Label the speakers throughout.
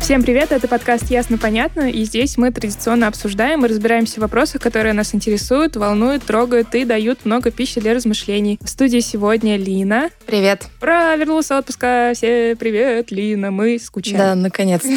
Speaker 1: Всем привет, это подкаст «Ясно-понятно», и здесь мы традиционно обсуждаем и разбираемся в вопросах, которые нас интересуют, волнуют, трогают и дают много пищи для размышлений. В студии сегодня Лина.
Speaker 2: Привет.
Speaker 1: Ура, вернулась с отпуска. Все привет, Лина, мы скучаем.
Speaker 2: Да, наконец-то.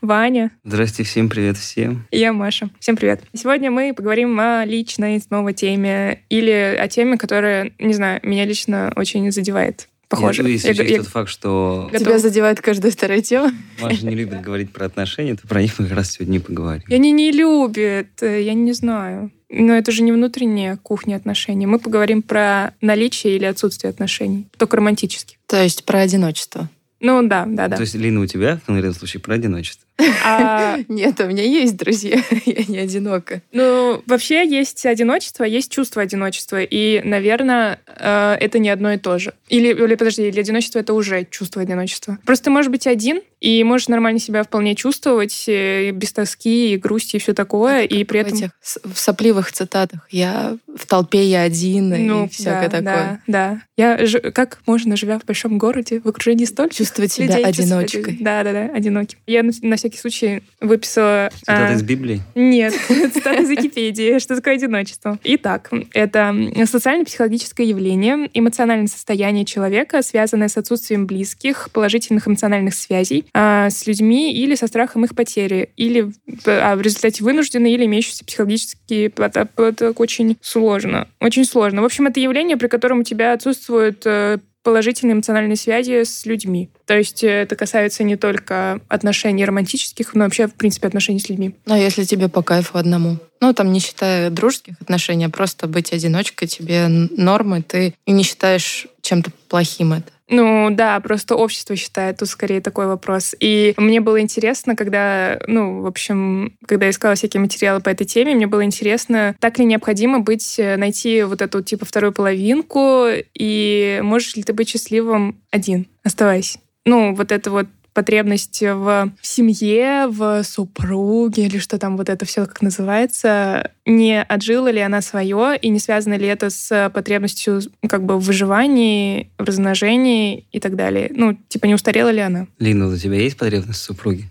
Speaker 1: Ваня.
Speaker 3: Здрасте всем, привет всем.
Speaker 1: и Я Маша. Всем привет. Сегодня мы поговорим о личной снова теме или о теме, которая, не знаю, меня лично очень задевает. Похоже.
Speaker 3: Ну, если
Speaker 1: Я-
Speaker 3: учесть
Speaker 1: я-
Speaker 3: тот факт, что
Speaker 1: Готов.
Speaker 2: Тебя задевает каждая вторая тема.
Speaker 3: Маша не любит говорить про отношения, то про них мы как раз сегодня и поговорим.
Speaker 1: И они не любят, э, я не знаю. Но это же не внутренняя кухня отношений. Мы поговорим про наличие или отсутствие отношений, только романтически.
Speaker 2: То есть про одиночество.
Speaker 1: Ну да, да, да.
Speaker 3: То есть, Лина, у тебя в конкретном случае про одиночество.
Speaker 1: А,
Speaker 2: Нет, у меня есть друзья. Я не одинока.
Speaker 1: ну, вообще есть одиночество, есть чувство одиночества. И, наверное, э, это не одно и то же. Или, или подожди, или одиночество это уже чувство одиночества. Просто ты можешь быть один, и можешь нормально себя вполне чувствовать, э, без тоски и грусти и все такое. и при
Speaker 2: В
Speaker 1: этом...
Speaker 2: этих с- в сопливых цитатах. Я в толпе, я один и всякое
Speaker 1: Ну, да,
Speaker 2: такое.
Speaker 1: Да, да. Я ж- как можно, живя в большом городе, в окружении столь
Speaker 2: Чувствовать себя
Speaker 1: людей, чувствовать
Speaker 2: одиночкой.
Speaker 1: людей. Да, да, да, одиноким. Я на, на всякий случай выписала.
Speaker 3: Цитата
Speaker 1: а,
Speaker 3: из Библии.
Speaker 1: Нет, цитата из Википедии. Что такое одиночество? Итак, это социально-психологическое явление, эмоциональное состояние человека, связанное с отсутствием близких, положительных эмоциональных связей а, с людьми или со страхом их потери, или в- а, в результате вынуждены или имеющиеся психологические пот- поток. Очень сложно. Очень сложно. В общем, это явление, при котором у тебя отсутствует э, положительные эмоциональные связи с людьми. То есть э, это касается не только отношений романтических, но вообще, в принципе, отношений с людьми.
Speaker 2: Но если тебе по кайфу одному. Ну, там, не считая дружеских отношений, а просто быть одиночкой, тебе н- нормы, ты и не считаешь чем-то плохим это.
Speaker 1: Ну да, просто общество считает тут скорее такой вопрос. И мне было интересно, когда, ну, в общем, когда я искала всякие материалы по этой теме, мне было интересно, так ли необходимо быть, э, найти вот эту типа вторую половинку, и можешь ли ты быть счастливым один, оставаясь. Ну, вот это вот потребность в семье, в супруге или что там вот это все как называется, не отжила ли она свое и не связано ли это с потребностью как бы в выживании, в размножении и так далее. Ну, типа не устарела ли она?
Speaker 3: Лина, вот у тебя есть потребность в супруге?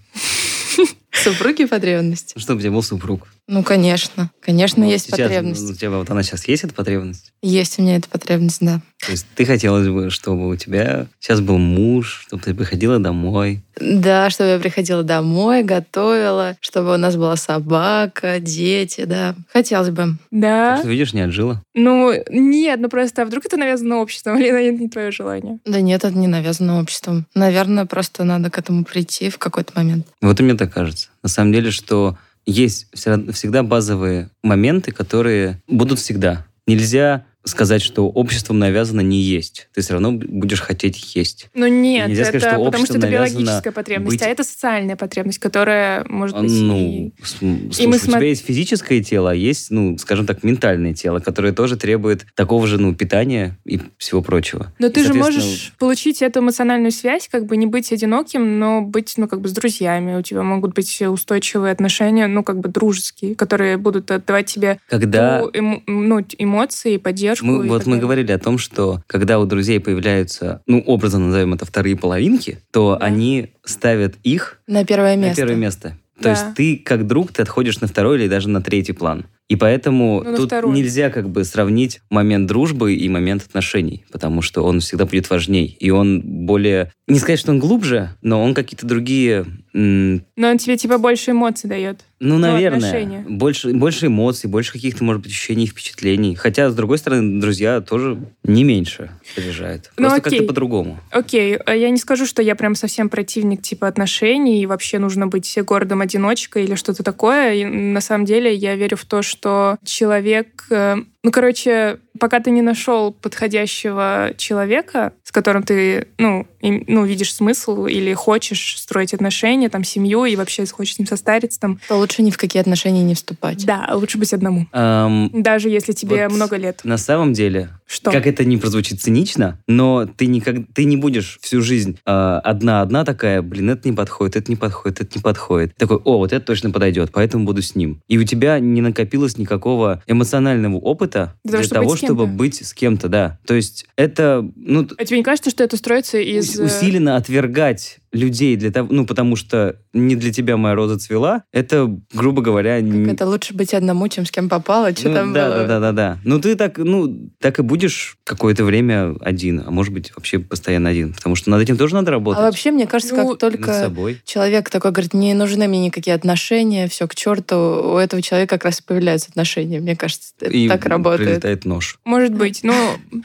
Speaker 2: Супруги потребности?
Speaker 3: Ну, чтобы у тебя был супруг.
Speaker 2: Ну, конечно. Конечно,
Speaker 3: Вот
Speaker 2: есть
Speaker 3: сейчас, ну, У
Speaker 2: потребность.
Speaker 3: тебя вот она сейчас есть, эта потребность?
Speaker 2: Есть у меня эта потребность, да.
Speaker 3: То есть ты хотелось бы, чтобы у тебя сейчас был муж, чтобы ты приходила домой.
Speaker 2: Да, чтобы я приходила домой, готовила, чтобы у нас была собака, дети, да. Хотелось бы.
Speaker 1: Да.
Speaker 3: Так что, видишь, не отжила.
Speaker 1: Ну, нет, ну просто а вдруг это навязано обществом, или это не твое желание?
Speaker 2: Да нет, это не навязано обществом. Наверное, просто надо к этому прийти в какой-то момент.
Speaker 3: Вот и мне так кажется. На самом деле, что есть всегда всегда базовые моменты, которые будут всегда. Нельзя сказать, что обществом навязано не есть. Ты все равно б- будешь хотеть есть.
Speaker 1: Ну нет,
Speaker 3: Нельзя
Speaker 1: это
Speaker 3: сказать, что
Speaker 1: потому что
Speaker 3: обществом
Speaker 1: это
Speaker 3: навязано
Speaker 1: биологическая потребность,
Speaker 3: быть-
Speaker 1: а это социальная потребность, которая может быть и-
Speaker 3: Ну, с- слушай,
Speaker 1: мы
Speaker 3: у
Speaker 1: смо-
Speaker 3: тебя есть физическое тело, а есть, ну, скажем так, ментальное тело, которое тоже требует такого же, ну, питания и всего прочего.
Speaker 1: Но
Speaker 3: И,
Speaker 1: ты же
Speaker 3: соответственно,
Speaker 1: можешь получить эту эмоциональную связь, как бы не быть одиноким, но быть, ну, как бы с друзьями. У тебя могут быть устойчивые отношения, ну, как бы дружеские, которые будут отдавать тебе
Speaker 3: Когда
Speaker 1: ту эмо- ну, эмоции, поддержку.
Speaker 3: Мы,
Speaker 1: и
Speaker 3: вот
Speaker 1: так
Speaker 3: мы
Speaker 1: далее.
Speaker 3: говорили о том, что когда у друзей появляются, ну, образно назовем это вторые половинки, то
Speaker 1: Да.
Speaker 3: они ставят их
Speaker 2: На первое место.
Speaker 3: на первое место. То
Speaker 1: Да.
Speaker 3: есть ты, как друг, ты отходишь на второй или даже на третий план. И поэтому
Speaker 1: Ну, на
Speaker 3: тут
Speaker 1: второй.
Speaker 3: нельзя как бы сравнить момент дружбы и момент отношений, потому что он всегда будет важней. И он более... Не сказать, что он глубже, но он какие-то другие... м,
Speaker 1: Но он тебе, типа, больше эмоций дает.
Speaker 3: ну,
Speaker 1: отношения.
Speaker 3: наверное. Больше, больше эмоций, больше каких-то, может быть, ощущений, впечатлений. Хотя, с другой стороны, друзья тоже не меньше заряжают.
Speaker 1: Ну,
Speaker 3: Просто
Speaker 1: окей.
Speaker 3: как-то по-другому.
Speaker 1: Окей, э, я не скажу, что я прям совсем противник типа отношений и вообще нужно быть гордым одиночкой или что-то такое. И, м, на самом деле я верю в то, что человек э, Ну, короче, пока ты не нашел подходящего человека, с которым ты, ну, им- ну, видишь смысл или хочешь строить отношения, там, семью и вообще хочешь с ним состариться, там,
Speaker 2: то лучше ни в какие отношения не вступать.
Speaker 1: да, лучше быть одному.
Speaker 3: Эм,
Speaker 1: Даже если тебе
Speaker 3: Вот
Speaker 1: много лет.
Speaker 3: на самом деле,
Speaker 1: Что?
Speaker 3: Как это не прозвучит цинично, но ты, никогда, ты не будешь всю жизнь э, одна-одна такая, блин, это не подходит, это не подходит, это не подходит. Такой, о, вот это точно подойдет, поэтому буду с ним. И у тебя не накопилось никакого эмоционального опыта
Speaker 1: Для того, чтобы
Speaker 3: для, того,
Speaker 1: быть с
Speaker 3: чтобы
Speaker 1: кем-то.
Speaker 3: быть с кем-то, да. То есть это, ну, т-
Speaker 1: А тебе не кажется, что это строится из... э,
Speaker 3: ус- усиленно отвергать людей для того, ну, потому что не для тебя моя роза цвела, это, грубо говоря,
Speaker 2: Как
Speaker 3: н-
Speaker 2: Это лучше быть одному, чем с кем попало, что
Speaker 3: ну,
Speaker 2: там
Speaker 3: да,
Speaker 2: было.
Speaker 3: да, да, да, да. Ну ты так, ну так и будешь какое-то время один, а может быть вообще постоянно один, потому что над этим тоже надо работать.
Speaker 2: А вообще, мне кажется,
Speaker 1: Ну,
Speaker 2: как
Speaker 3: над
Speaker 2: только
Speaker 3: собой.
Speaker 2: человек такой говорит, не нужны мне никакие отношения, все к черту, у этого человека как раз и появляются отношения. Мне кажется, это
Speaker 3: И
Speaker 2: так работает.
Speaker 3: прилетает нож.
Speaker 1: Может быть, но...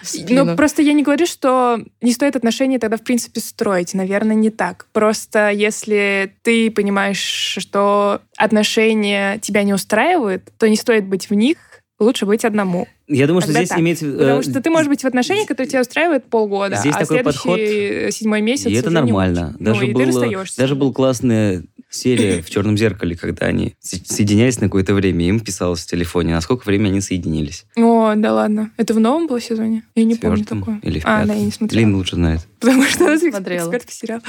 Speaker 2: В спину.
Speaker 1: Ну, просто я не говорю, что не стоит отношения тогда, в принципе, строить. Наверное, не так. Просто если ты понимаешь, что отношения тебя не устраивают, то не стоит быть в них, лучше быть одному.
Speaker 3: Я думаю, что
Speaker 1: Тогда
Speaker 3: здесь
Speaker 1: так.
Speaker 3: имеется... э,
Speaker 1: Потому что ты можешь быть в отношениях, которые тебя устраивают полгода,
Speaker 3: здесь
Speaker 1: а
Speaker 3: такой
Speaker 1: следующий седьмой месяц
Speaker 3: И это
Speaker 1: уже не
Speaker 3: нормально.
Speaker 1: очень. Ну,
Speaker 3: Даже,
Speaker 1: и ты
Speaker 3: было,
Speaker 1: расстаешься.
Speaker 3: даже была классная серия в «Черном зеркале», когда они с- соединялись на какое-то время, им писалось в телефоне, на сколько времени они соединились.
Speaker 1: О, да ладно. Это в новом было сезоне? Я не помню
Speaker 3: Четвертом
Speaker 1: такое.
Speaker 3: Или в
Speaker 1: а,
Speaker 3: пятом.
Speaker 1: да, я не смотрела.
Speaker 3: Лин лучше знает.
Speaker 1: Потому что она
Speaker 2: Смотрела.
Speaker 1: эксперт сериал.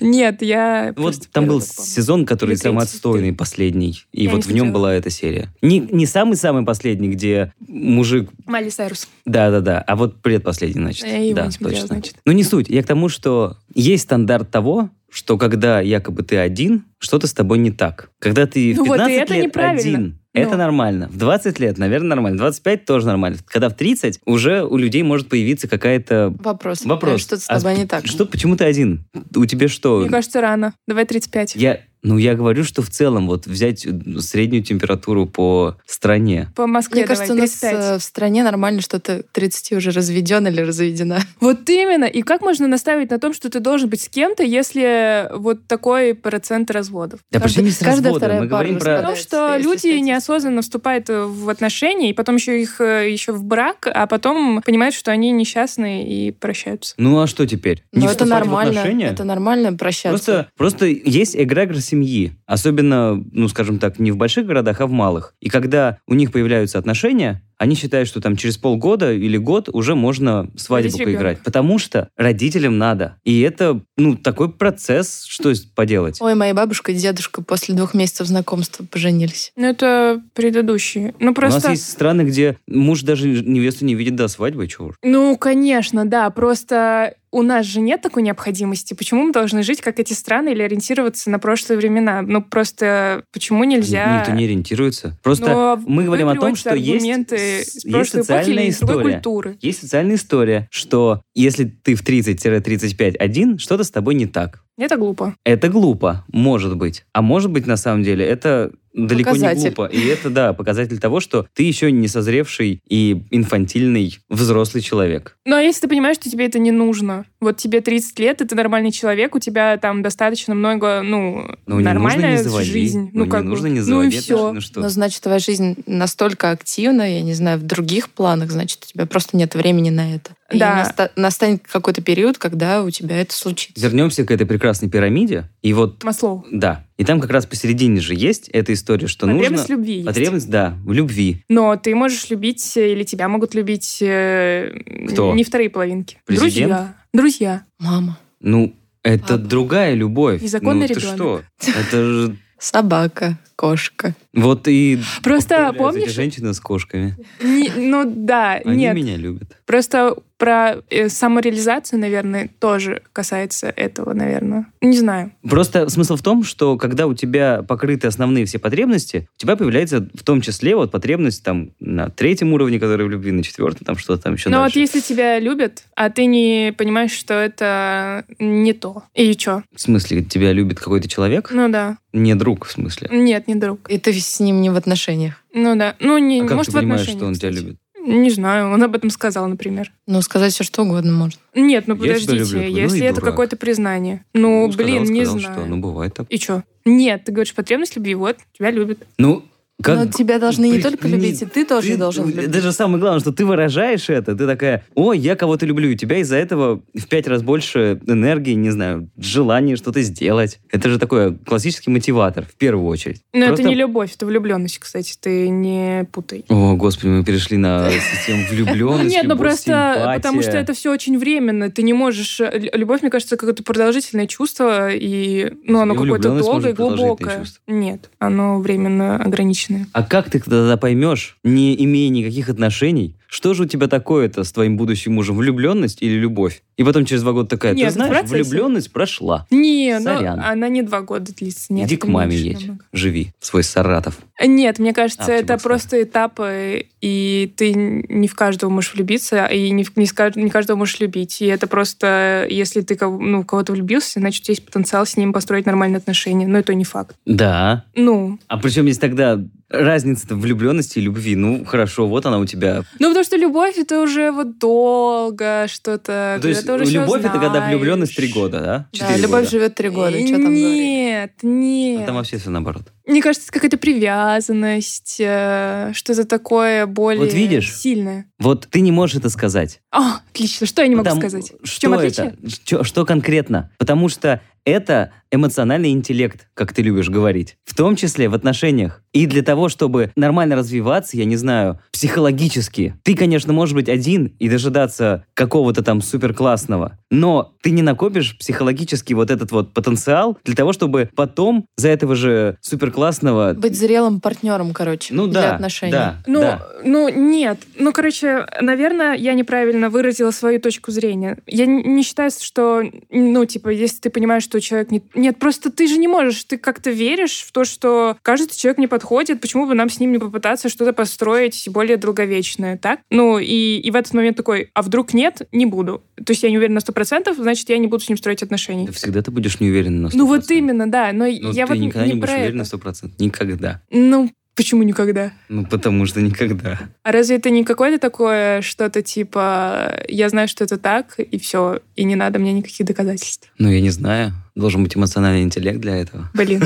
Speaker 1: Нет, я...
Speaker 3: Ну,
Speaker 1: просто
Speaker 3: Вот там
Speaker 1: первый
Speaker 3: был
Speaker 1: так помню.
Speaker 3: сезон, который
Speaker 1: Или третий,
Speaker 3: самый отстойный,
Speaker 1: четвертый.
Speaker 3: последний. И
Speaker 1: Я
Speaker 3: вот
Speaker 1: не
Speaker 3: в нем
Speaker 1: смотрела.
Speaker 3: была эта серия. Не не самый-самый последний, где мужик...
Speaker 1: Майли Сайрус.
Speaker 3: Да-да-да, а вот предпоследний, значит.
Speaker 1: Я его
Speaker 3: да,
Speaker 1: не смотрела, значит.
Speaker 3: Ну, не суть. Я к тому, что есть стандарт того, что когда якобы ты один, что-то с тобой не так. Когда ты
Speaker 1: Ну
Speaker 3: в
Speaker 1: вот, и
Speaker 3: 15
Speaker 1: это
Speaker 3: лет
Speaker 1: неправильно.
Speaker 3: один, это
Speaker 1: Ну.
Speaker 3: нормально. В 20 лет, наверное, нормально. В 25 тоже нормально. Когда в 30 уже у людей может появиться какая-то...
Speaker 2: Вопрос.
Speaker 3: Вопрос.
Speaker 2: Что с
Speaker 3: А
Speaker 2: тобой не так?
Speaker 3: Что, почему ты один? У тебя что?
Speaker 1: Мне кажется, рано. Давай 35.
Speaker 3: Я, ну, я говорю, что в целом, вот взять э, среднюю температуру по стране.
Speaker 1: По Москве
Speaker 2: Мне кажется, у
Speaker 1: давай,
Speaker 2: нас
Speaker 1: 35.
Speaker 2: э, в стране нормально, что ты 30 уже разведен или разведена.
Speaker 1: Вот именно. И как можно наставить на том, что ты должен быть с кем-то, если вот такой процент разводов?
Speaker 3: Да
Speaker 2: Каждый-
Speaker 3: почему не с
Speaker 2: каждая
Speaker 3: разводом?
Speaker 2: вторая
Speaker 3: Мы
Speaker 2: пара
Speaker 3: говорим про...
Speaker 1: Потому
Speaker 2: распадается.
Speaker 1: что
Speaker 2: если
Speaker 1: люди
Speaker 2: статистика.
Speaker 1: неосознанно вступают э, в отношения, и потом еще их э, еще в брак, а потом понимают, что они несчастные и прощаются.
Speaker 3: Ну а что теперь?
Speaker 2: Но это
Speaker 3: вступать в
Speaker 2: нормально.
Speaker 3: отношения?
Speaker 2: Это нормально прощаться.
Speaker 3: Просто, просто есть эгрегор семьи, особенно, ну, скажем так, не в больших городах, а в малых. И когда у них появляются отношения, они считают, что там через полгода или год уже можно в свадьбу
Speaker 1: Родить ребенка.
Speaker 3: поиграть. Потому что родителям надо. И это, ну, такой процесс, что с- поделать.
Speaker 2: Ой, моя бабушка и дедушка после двух месяцев знакомства поженились.
Speaker 1: Ну, это предыдущие. Ну,
Speaker 3: У нас
Speaker 1: просто...
Speaker 3: есть страны, где муж даже невесту не видит до свадьбы, чего уж.
Speaker 1: Ну, конечно, да. Просто у нас же нет такой необходимости. Почему мы должны жить, как эти страны, или ориентироваться на прошлые времена? Ну, просто почему нельзя...
Speaker 3: Никто не ориентируется. Просто
Speaker 1: Но
Speaker 3: мы говорим о том,
Speaker 1: приводите
Speaker 3: что есть,
Speaker 1: аргументы
Speaker 3: с-
Speaker 1: с
Speaker 3: есть
Speaker 1: прошлой эпохи
Speaker 3: социальная
Speaker 1: или из другой
Speaker 3: история.
Speaker 1: культуры.
Speaker 3: Есть социальная история, что если ты в 30-35 один, что-то с тобой не так.
Speaker 1: Это глупо.
Speaker 3: Это глупо, может быть. А может быть, на самом деле, это далеко не
Speaker 2: Показатель.
Speaker 3: глупо. И это, да, показатель того, что ты еще не созревший и инфантильный взрослый человек.
Speaker 1: Ну, а если ты понимаешь, что тебе это не нужно, вот тебе 30 лет, и ты нормальный человек, у тебя там достаточно много, ну,
Speaker 3: Ну, не нужно
Speaker 1: нормальная
Speaker 3: не заводи.
Speaker 1: жизнь.
Speaker 3: Ну, не
Speaker 1: как
Speaker 3: нужно
Speaker 1: бы.
Speaker 3: не
Speaker 1: Ну и
Speaker 3: заводи
Speaker 1: все.
Speaker 3: отношения, ну что?
Speaker 2: Но значит, твоя жизнь настолько активна, я не знаю, в других планах, значит, у тебя просто нет времени на это. И
Speaker 1: Да.
Speaker 2: наста- настанет какой-то период, когда у тебя это случится.
Speaker 3: Вернемся к этой прекрасной пирамиде. И вот,
Speaker 1: Маслоу.
Speaker 3: да. И там как раз посередине же есть эта история, что
Speaker 1: Потребность
Speaker 3: нужно...
Speaker 1: любви есть.
Speaker 3: Потребность, да, в любви.
Speaker 1: Но ты можешь любить, э, или тебя могут любить э,
Speaker 3: Кто?
Speaker 1: не вторые половинки.
Speaker 3: Президент?
Speaker 1: Друзья. Друзья.
Speaker 2: Мама,
Speaker 3: Ну, это
Speaker 2: Папа.
Speaker 3: другая любовь.
Speaker 1: Незаконный
Speaker 3: ну, ты
Speaker 1: ребенок.
Speaker 3: что? Это же...
Speaker 2: собака, кошка.
Speaker 3: Вот и...
Speaker 1: Просто
Speaker 3: появляются эти
Speaker 1: помнишь...
Speaker 3: женщины с кошками.
Speaker 1: Не- ну да,
Speaker 3: Они
Speaker 1: нет.
Speaker 3: меня любят.
Speaker 1: Просто про э, самореализацию, наверное, тоже касается этого, наверное. Не знаю.
Speaker 3: Просто смысл в том, что когда у тебя покрыты основные все потребности, у тебя появляется в том числе вот потребность там на третьем уровне, который в любви, на четвертом, там что-то там еще
Speaker 1: Но Ну, вот
Speaker 3: дальше.
Speaker 1: если тебя любят, а ты не понимаешь, что это не то. И что?
Speaker 3: В смысле, тебя любит какой-то человек?
Speaker 1: Ну да.
Speaker 3: Не друг, в смысле.
Speaker 1: Нет, не друг.
Speaker 2: И ты с ним не в отношениях.
Speaker 1: Ну да. Ну, не,
Speaker 3: А как
Speaker 1: может,
Speaker 3: ты
Speaker 1: в
Speaker 3: понимаешь,
Speaker 1: отношениях,
Speaker 3: что он тебя
Speaker 1: кстати.
Speaker 3: любит?
Speaker 1: Не знаю, он об этом сказал, например.
Speaker 2: Ну, сказать все что угодно можно.
Speaker 1: Нет, ну
Speaker 3: Я тебя
Speaker 1: подождите,
Speaker 3: люблю, такой, ну
Speaker 1: если
Speaker 3: и
Speaker 1: это
Speaker 3: дурак.
Speaker 1: какое-то признание. Ну,
Speaker 3: сказал,
Speaker 1: блин, не
Speaker 3: сказал,
Speaker 1: знаю.
Speaker 3: Что, ну, бывает так.
Speaker 1: И что? Нет, ты говоришь, потребность любви, вот, тебя любят.
Speaker 3: Ну, Как-
Speaker 2: Но тебя должны не
Speaker 3: Прикинь,
Speaker 2: только любить, и ты тоже
Speaker 3: ты-
Speaker 2: должен
Speaker 3: это
Speaker 2: любить.
Speaker 3: же самое главное, что ты выражаешь это. Ты такая, о, я кого-то люблю. И у тебя из-за этого в пять раз больше энергии, не знаю, желания что-то сделать. Это же такой классический мотиватор, в первую очередь.
Speaker 1: Но
Speaker 3: Просто-
Speaker 1: это не любовь, это влюбленность, кстати, ты не путай.
Speaker 3: О, господи, мы перешли на систему влюбленности,
Speaker 1: Нет, ну просто потому что это все очень временно. Ты не можешь. э, лю- Любовь, мне кажется, какое-то продолжительное чувство, и ну, оно
Speaker 3: И
Speaker 1: какое-то
Speaker 3: влюблённость
Speaker 1: долгое и
Speaker 3: может продолжительное
Speaker 1: глубокое.
Speaker 3: чувство.
Speaker 1: Нет, оно временно ограниченное.
Speaker 3: А как ты тогда поймешь, не имея никаких отношений, что же у тебя такое-то с твоим будущим мужем, влюбленность или любовь? И потом через два года такая,
Speaker 1: Нет,
Speaker 3: ты
Speaker 1: в
Speaker 3: знаешь,
Speaker 1: процессе.
Speaker 3: влюбленность прошла.
Speaker 1: Не, ну,
Speaker 3: Сорян.
Speaker 1: она не два года длится. Нет,
Speaker 3: Иди к
Speaker 1: это
Speaker 3: маме
Speaker 1: меньше
Speaker 3: едь,
Speaker 1: намного.
Speaker 3: живи в свой Саратов.
Speaker 1: Нет, мне кажется,
Speaker 3: А, в
Speaker 1: это
Speaker 3: Чебоксары.
Speaker 1: просто этапы, и ты не в каждого можешь влюбиться, а, и не, в- не с кажд- не каждого можешь любить. И это просто, если ты кого- ну, в кого-то влюбился, значит, есть потенциал с ним построить нормальные отношения. Но это не факт.
Speaker 3: Да.
Speaker 1: Ну,
Speaker 3: А причем есть тогда разница-то влюбленности и любви. Ну, хорошо, вот она у тебя.
Speaker 1: Ну, потому что любовь это уже вот долго что-то.
Speaker 3: Ну, То есть
Speaker 1: когда ты уже всё
Speaker 3: любовь это когда
Speaker 1: знаешь.
Speaker 3: влюбленность три года, да?
Speaker 2: Да,
Speaker 3: Четыре
Speaker 2: любовь
Speaker 3: года.
Speaker 2: живет три года, что там говорить.
Speaker 1: Нет, нет.
Speaker 3: А Там вообще все наоборот.
Speaker 1: Мне кажется, это какая-то привязанность, э, что-то такое более
Speaker 3: Вот видишь?
Speaker 1: сильное.
Speaker 3: Вот ты не можешь это сказать.
Speaker 1: А, отлично. Что я не могу
Speaker 3: Потому-
Speaker 1: сказать? В
Speaker 3: Что
Speaker 1: чем
Speaker 3: это?
Speaker 1: отличие?
Speaker 3: Чё- что конкретно? Потому что это эмоциональный интеллект, как ты любишь говорить. В том числе в отношениях. И для того, чтобы нормально развиваться, я не знаю, психологически. Ты, конечно, можешь быть один и дожидаться какого-то там супер классного, но ты не накопишь психологически вот этот вот потенциал для того, чтобы потом за этого же супер классного...
Speaker 2: Быть зрелым партнером, короче,
Speaker 3: Ну
Speaker 2: для
Speaker 3: да,
Speaker 2: отношений.
Speaker 3: да,
Speaker 1: Ну,
Speaker 3: да.
Speaker 1: ну, нет. Ну, короче, наверное, я неправильно выразила свою точку зрения. Я н- не считаю, что, ну, типа, если ты понимаешь, что человек не... Нет, просто ты же не можешь, ты как-то веришь в то, что кажется, человек не подходит, почему бы нам с ним не попытаться что-то построить более долговечное, так? Ну, и, и в этот момент такой, а вдруг нет, не буду. То есть я не уверена на 100%, значит, я не буду с ним строить отношений.
Speaker 3: Ты всегда ты будешь не уверен на 100%.
Speaker 1: Ну, вот именно, да. Но
Speaker 3: Но
Speaker 1: я
Speaker 3: ты
Speaker 1: вот н-
Speaker 3: никогда не,
Speaker 1: не
Speaker 3: будешь
Speaker 1: про
Speaker 3: уверен на
Speaker 1: это.
Speaker 3: 100%. Никогда.
Speaker 1: Ну, почему никогда?
Speaker 3: Ну, потому что никогда.
Speaker 1: А разве это не какое-то такое что-то типа «я знаю, что это так, и все, и не надо мне никаких доказательств».
Speaker 3: Ну, я не знаю. Должен быть эмоциональный интеллект для этого.
Speaker 1: Блин.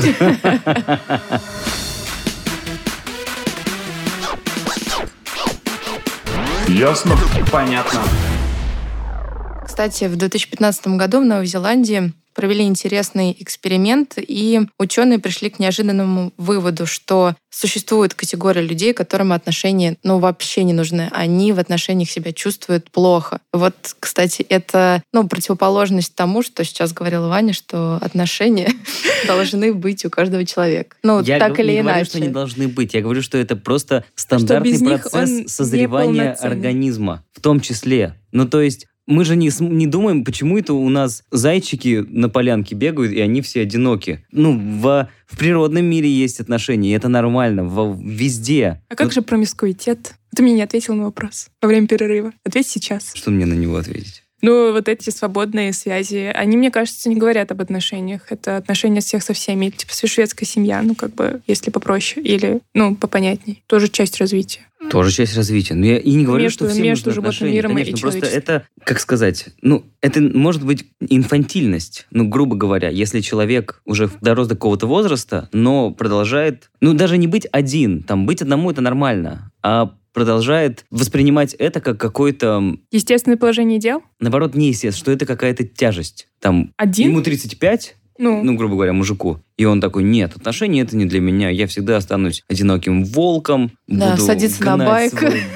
Speaker 4: Ясно?
Speaker 5: Понятно.
Speaker 2: Кстати, в 2015 году в Новой Зеландии провели интересный эксперимент, и ученые пришли к неожиданному выводу, что существует категория людей, которым отношения ну, вообще не нужны. Они в отношениях себя чувствуют плохо. Вот, кстати, это ну, противоположность тому, что сейчас говорила Ваня, что отношения должны быть у каждого человека. Ну,
Speaker 3: я
Speaker 2: так
Speaker 3: гов-
Speaker 2: или
Speaker 3: не говорю,
Speaker 2: иначе.
Speaker 3: что они должны быть. Я говорю, что это просто стандартный
Speaker 1: без них он
Speaker 3: процесс созревания
Speaker 1: неполноценный.
Speaker 3: организма, в том числе. Ну, то есть мы же не, см- не думаем, почему это у нас зайчики на полянке бегают, и они все одиноки. Ну, в, в природном мире есть отношения, и это нормально, в- везде.
Speaker 1: А как
Speaker 3: Ну,
Speaker 1: же промискуитет? Ты мне не ответил на вопрос во время перерыва. Ответь сейчас.
Speaker 3: Что мне на него ответить?
Speaker 1: Ну, вот эти свободные связи, они, мне кажется, не говорят об отношениях. Это отношения всех со всеми. Или, Типа шведская семья, ну, как бы, если попроще. Или, ну, попонятней. Тоже часть развития.
Speaker 3: Тоже часть развития. Но я и не говорю,
Speaker 1: Между-
Speaker 3: что всем
Speaker 1: между
Speaker 3: нужны
Speaker 1: животным
Speaker 3: отношения.
Speaker 1: миром и
Speaker 3: Конечно, просто
Speaker 1: человечеством.
Speaker 3: это, как сказать, ну, это может быть инфантильность, ну, грубо говоря, если человек уже дорос до какого-то возраста, но продолжает, ну, даже не быть один, там, быть одному это нормально, а продолжает воспринимать это как какое-то,
Speaker 1: Естественное положение дел?
Speaker 3: наоборот, неестественно, что это какая-то тяжесть. Там,
Speaker 1: Один?
Speaker 3: ему 35, ну, грубо говоря, мужику. И он такой, нет, отношения это не для меня. Я всегда останусь одиноким волком.
Speaker 2: Да,
Speaker 3: буду
Speaker 2: садиться на
Speaker 3: гнать
Speaker 2: байк».
Speaker 3: свой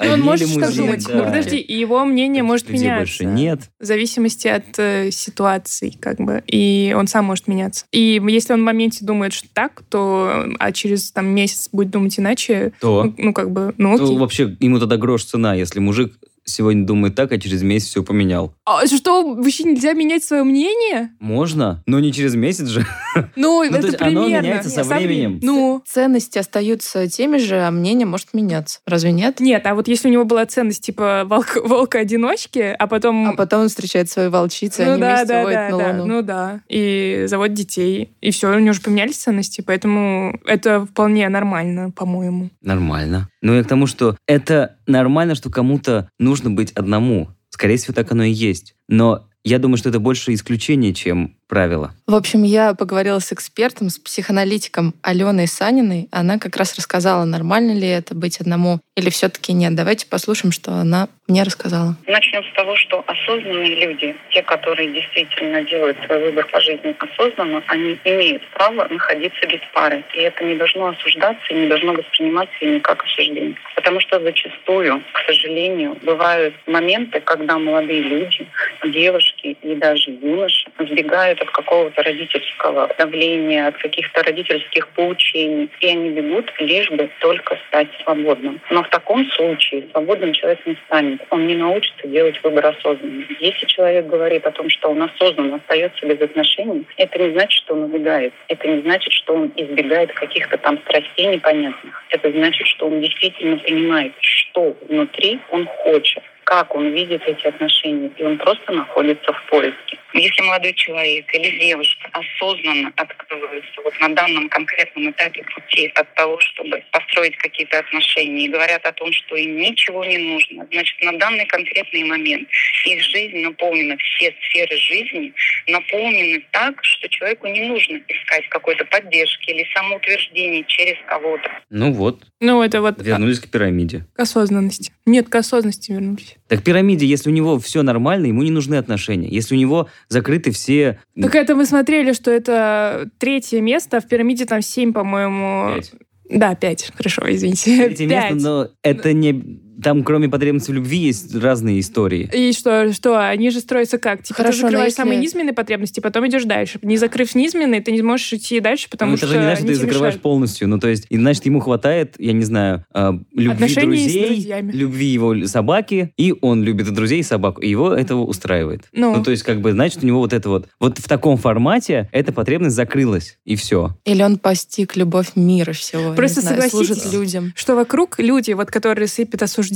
Speaker 1: Ну, он может
Speaker 3: лимузин,
Speaker 1: что думать.
Speaker 3: да.
Speaker 1: Ну, подожди, и его мнение
Speaker 3: Таких
Speaker 1: может
Speaker 3: людей
Speaker 1: меняться.
Speaker 3: больше нет.
Speaker 1: В зависимости от э, ситуации, как бы. И он сам может меняться. И если он в моменте думает, что так, то... А через там месяц будет думать иначе,
Speaker 3: То,
Speaker 1: ну, ну, как бы, ну,
Speaker 3: то
Speaker 1: окей.
Speaker 3: вообще ему тогда грош цена, если мужик сегодня думает так, а через месяц все поменял.
Speaker 1: А что, вообще нельзя менять свое мнение?
Speaker 3: Можно, но не через месяц же.
Speaker 1: Ну,
Speaker 3: Ну, то
Speaker 1: это
Speaker 3: есть оно
Speaker 1: примерно.
Speaker 3: меняется со
Speaker 1: Сам-
Speaker 3: временем.
Speaker 1: Ну,
Speaker 2: Ценности остаются теми же, а мнение может меняться. Разве нет?
Speaker 1: нет, а вот если у него была ценность типа волк- волка-одиночки, а потом...
Speaker 2: А потом он встречает свою волчицу, и
Speaker 1: Ну
Speaker 2: они
Speaker 1: да,
Speaker 2: вместе
Speaker 1: да,
Speaker 2: водят
Speaker 1: да,
Speaker 2: на
Speaker 1: да,
Speaker 2: луну.
Speaker 1: ну да. И заводят детей. И все, у него уже поменялись ценности, поэтому это вполне нормально, по-моему.
Speaker 3: Нормально. Но я к тому, что это нормально, что кому-то нужно быть одному. Скорее всего, так оно и есть. Но Я думаю, что это больше исключение, чем правило.
Speaker 2: В общем, я поговорила с экспертом, с психоаналитиком Аленой Саниной. Она как раз рассказала, нормально ли это быть одному или все-таки нет. Давайте послушаем, что она мне рассказала.
Speaker 6: Начнем с того, что осознанные люди, те, которые действительно делают свой выбор по жизни осознанно, они имеют право находиться без пары. И это не должно осуждаться и не должно восприниматься ими как осуждение. Потому что зачастую, к сожалению, бывают моменты, когда молодые люди, девушки и даже юноши сбегают от какого-то родительского давления, от каких-то родительских поучений. И они бегут лишь бы только стать свободным. Но в таком случае свободным человек не станет. Он не научится делать выбор осознанно. Если человек говорит о том, что он осознанно остается без отношений, это не значит, что он убегает. Это не значит, что он избегает каких-то там страстей непонятных. Это значит, что он действительно понимает, что внутри он хочет как он видит эти отношения, и он просто находится в поиске. Если молодой человек или девушка осознанно отказываются вот на данном конкретном этапе пути от того, чтобы построить какие-то отношения, и говорят о том, что им ничего не нужно, значит, на данный конкретный момент их жизнь наполнена, все сферы жизни наполнены так, что человеку не нужно искать какой-то поддержки или самоутверждения через кого-то.
Speaker 3: Ну вот,
Speaker 1: Ну, это вот а,
Speaker 3: вернулись к пирамиде.
Speaker 1: к осознанности. Нет, к осознанности вернулись.
Speaker 3: Так пирамиде, если у него все нормально, ему не нужны отношения. Если у него закрыты все...
Speaker 1: Так это мы смотрели, что это третье место, а в пирамиде там семь, по-моему.
Speaker 3: Пять.
Speaker 1: Да, пять. Хорошо, извините.
Speaker 3: Третье
Speaker 1: а Пять.
Speaker 3: место, но это не... Там, кроме потребности в любви, есть разные истории.
Speaker 1: И что, что, они же строятся как? Типа,
Speaker 2: Хорошо,
Speaker 1: ты
Speaker 2: но
Speaker 1: закрываешь
Speaker 2: если-
Speaker 1: самые низменные потребности, потом идешь дальше. Не закрыв низменные, ты не сможешь идти дальше, потому
Speaker 3: Ну,
Speaker 1: что
Speaker 3: это же не значит, что
Speaker 1: они
Speaker 3: ты
Speaker 1: тебе
Speaker 3: закрываешь
Speaker 1: мешают.
Speaker 3: полностью. Ну, то есть, и, значит, ему хватает, я не знаю, э, любви
Speaker 1: Отношений с
Speaker 3: друзей,
Speaker 1: друзьями.
Speaker 3: любви его л- собаки, и он любит и друзей, и собаку. И его этого устраивает.
Speaker 1: Ну.
Speaker 3: то есть, как бы, значит, у него вот это вот... Вот в таком формате эта потребность закрылась, и все.
Speaker 2: Или он постиг любовь мира всего. не
Speaker 1: Просто
Speaker 2: знаю, служит
Speaker 1: согласитесь.
Speaker 2: людям.
Speaker 1: Что вокруг люди, вот, которые сыпят осуждениями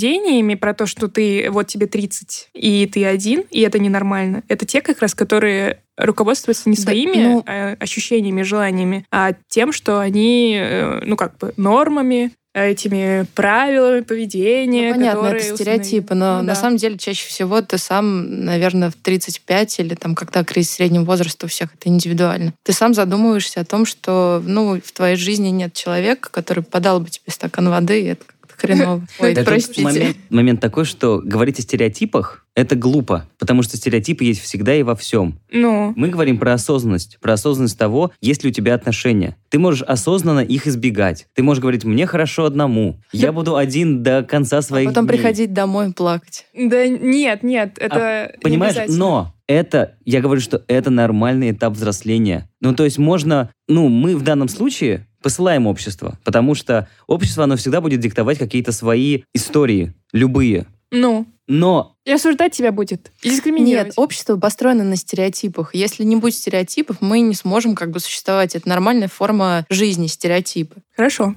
Speaker 1: про то, что ты, вот тебе 30, и ты один, и это ненормально. Это те как раз, которые руководствуются не
Speaker 2: Да,
Speaker 1: своими
Speaker 2: ну-
Speaker 1: э, ощущениями, желаниями, а тем, что они, э, ну, как бы, нормами, этими правилами поведения,
Speaker 2: Ну, понятно, это
Speaker 1: которые
Speaker 2: стереотипы, но
Speaker 1: установлены. Ну,
Speaker 2: на
Speaker 1: да.
Speaker 2: самом деле чаще всего ты сам, наверное, в 35 или там, когда кризис среднего возраста у всех, это индивидуально. Ты сам задумываешься о том, что, ну, в твоей жизни нет человека, который подал бы тебе стакан воды, и это как-то хреново. Ой,
Speaker 3: Да, тут
Speaker 2: простите.
Speaker 3: Момент, момент такой, что говорить о стереотипах – это глупо, потому что стереотипы есть всегда и во всем.
Speaker 1: Ну,
Speaker 3: Мы говорим про осознанность, про осознанность того, есть ли у тебя отношения. Ты можешь осознанно их избегать. Ты можешь говорить, мне хорошо одному, я буду один до
Speaker 2: Хм.
Speaker 3: конца
Speaker 2: А
Speaker 3: своих
Speaker 2: потом
Speaker 3: дней».
Speaker 2: приходить домой и плакать.
Speaker 1: Ну, да нет, нет, это не
Speaker 3: А Понимаешь?
Speaker 1: обязательно.
Speaker 3: Но это, я говорю, что это нормальный этап взросления. Ну, то есть можно, ну, мы в данном случае посылаем общество, потому что общество, оно всегда будет диктовать какие-то свои истории, любые.
Speaker 1: Ну,
Speaker 3: Но
Speaker 1: и осуждать тебя будет. И дискриминировать.
Speaker 2: Нет, общество построено на стереотипах. Если не будет стереотипов, мы не сможем как бы существовать. Это нормальная форма жизни, стереотипы.
Speaker 1: Хорошо.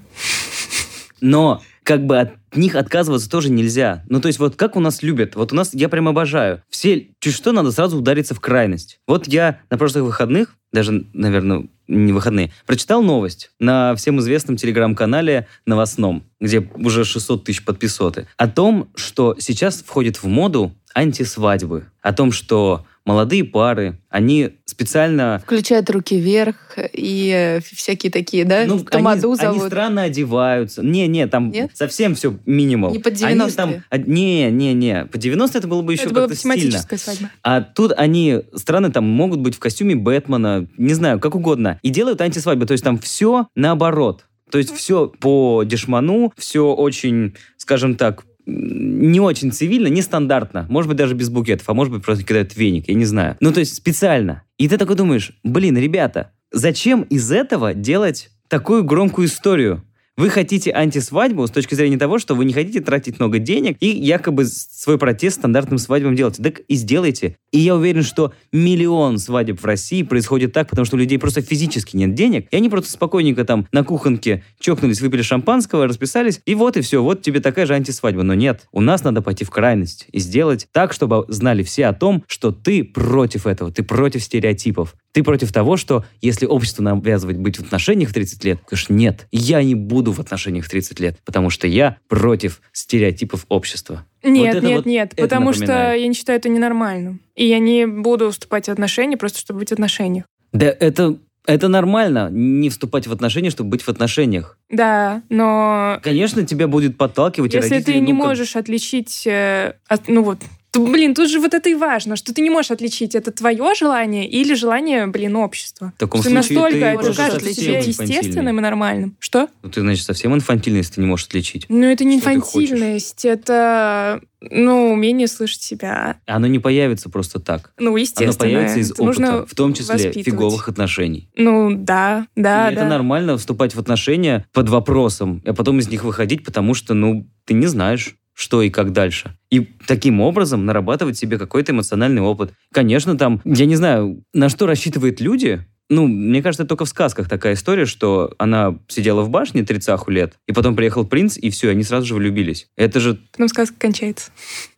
Speaker 3: Но как бы от них отказываться тоже нельзя. Ну, то есть, вот как у нас любят, вот у нас, я прям обожаю. Все, чуть что, надо сразу удариться в крайность. Вот я на прошлых выходных, даже, наверное, не выходные, прочитал новость на всем известном телеграм-канале новостном, где уже 600 тысяч подписоты, о том, что сейчас входит в моду антисвадьбы, о том, что молодые пары, они специально
Speaker 2: Включают руки вверх и э, всякие такие, да,
Speaker 3: ну,
Speaker 2: тамаду
Speaker 3: они, они
Speaker 2: зовут.
Speaker 3: странно одеваются. Не-не, там
Speaker 2: Нет?
Speaker 3: совсем все минимум.
Speaker 2: Не под 90-е.
Speaker 3: Они там... од- Не-не-не, по 90 это было бы еще
Speaker 1: это была
Speaker 3: как-то
Speaker 1: бы
Speaker 3: стильно.
Speaker 1: тематическая свадьба.
Speaker 3: А тут они странно там могут быть в костюме Бэтмена, не знаю, как угодно. И делают антисвадьбы. То есть там все наоборот. То есть все по дешману, все очень, скажем так, м, не очень цивильно, нестандартно. Может быть, даже без букетов, а может быть, просто кидают веник, я не знаю. Ну, то есть специально. И ты такой думаешь, блин, ребята, зачем из этого делать такую громкую историю? Вы хотите антисвадьбу с точки зрения того, что вы не хотите тратить много денег и якобы с- свой протест стандартным свадьбам делаете. Так и сделайте. И я уверен, что миллион свадеб в России происходит так, потому что у людей просто физически нет денег, и они просто спокойненько там на кухонке чокнулись, выпили шампанского, расписались, и вот и все, вот тебе такая же антисвадьба. Но нет, у нас надо пойти в крайность и сделать так, чтобы знали все о том, что ты против этого, ты против стереотипов. Ты против того, что если общество навязывает быть в отношениях в 30 лет, ты говоришь, нет, я не буду в отношениях в 30 лет, потому что я против стереотипов общества.
Speaker 1: Нет,
Speaker 3: Вот это
Speaker 1: нет,
Speaker 3: вот-
Speaker 1: нет,
Speaker 3: это
Speaker 1: потому что
Speaker 3: напоминает.
Speaker 1: я не считаю это ненормальным. И я не буду уступать в отношения просто, чтобы быть в отношениях.
Speaker 3: Да это, это нормально, не вступать в отношения, чтобы быть в отношениях.
Speaker 1: Да, но
Speaker 3: Конечно, тебя будет подталкивать и
Speaker 1: если
Speaker 3: родители,
Speaker 1: ты не
Speaker 3: ну, как-
Speaker 1: можешь отличить, э, от- ну вот, то, блин, тут же вот это и важно, что ты не можешь отличить, это твое желание или желание, блин, общества.
Speaker 3: В таком
Speaker 1: Что
Speaker 3: случае
Speaker 1: настолько
Speaker 3: ты
Speaker 1: это
Speaker 2: можешь
Speaker 1: кажется
Speaker 2: отличить
Speaker 1: тебе
Speaker 3: инфантильный.
Speaker 1: естественным и нормальным. Что?
Speaker 3: Ну, ты, значит, совсем инфантильный, если ты не можешь отличить.
Speaker 1: Ну, это не
Speaker 3: Что ты хочешь?
Speaker 1: инфантильность, это, ну, умение слышать себя.
Speaker 3: Оно не появится просто так.
Speaker 1: Ну,
Speaker 3: Оно
Speaker 1: естественно.
Speaker 3: появится из
Speaker 1: это
Speaker 3: опыта,
Speaker 1: нужно...
Speaker 3: в том числе
Speaker 1: воспитывать.
Speaker 3: фиговых отношений.
Speaker 1: Ну, да, да,
Speaker 3: И
Speaker 1: да.
Speaker 3: Это нормально вступать в отношения под вопросом, а потом из них выходить, потому что, ну, ты не знаешь, что и как дальше. И таким образом нарабатывать себе какой-то эмоциональный опыт. Конечно, там, я не знаю, на что рассчитывают люди. Ну, мне кажется, только в сказках такая история, что она сидела в башне 30 лет, и потом приехал принц, и все, они сразу же влюбились. Это же,
Speaker 1: Потом сказка кончается.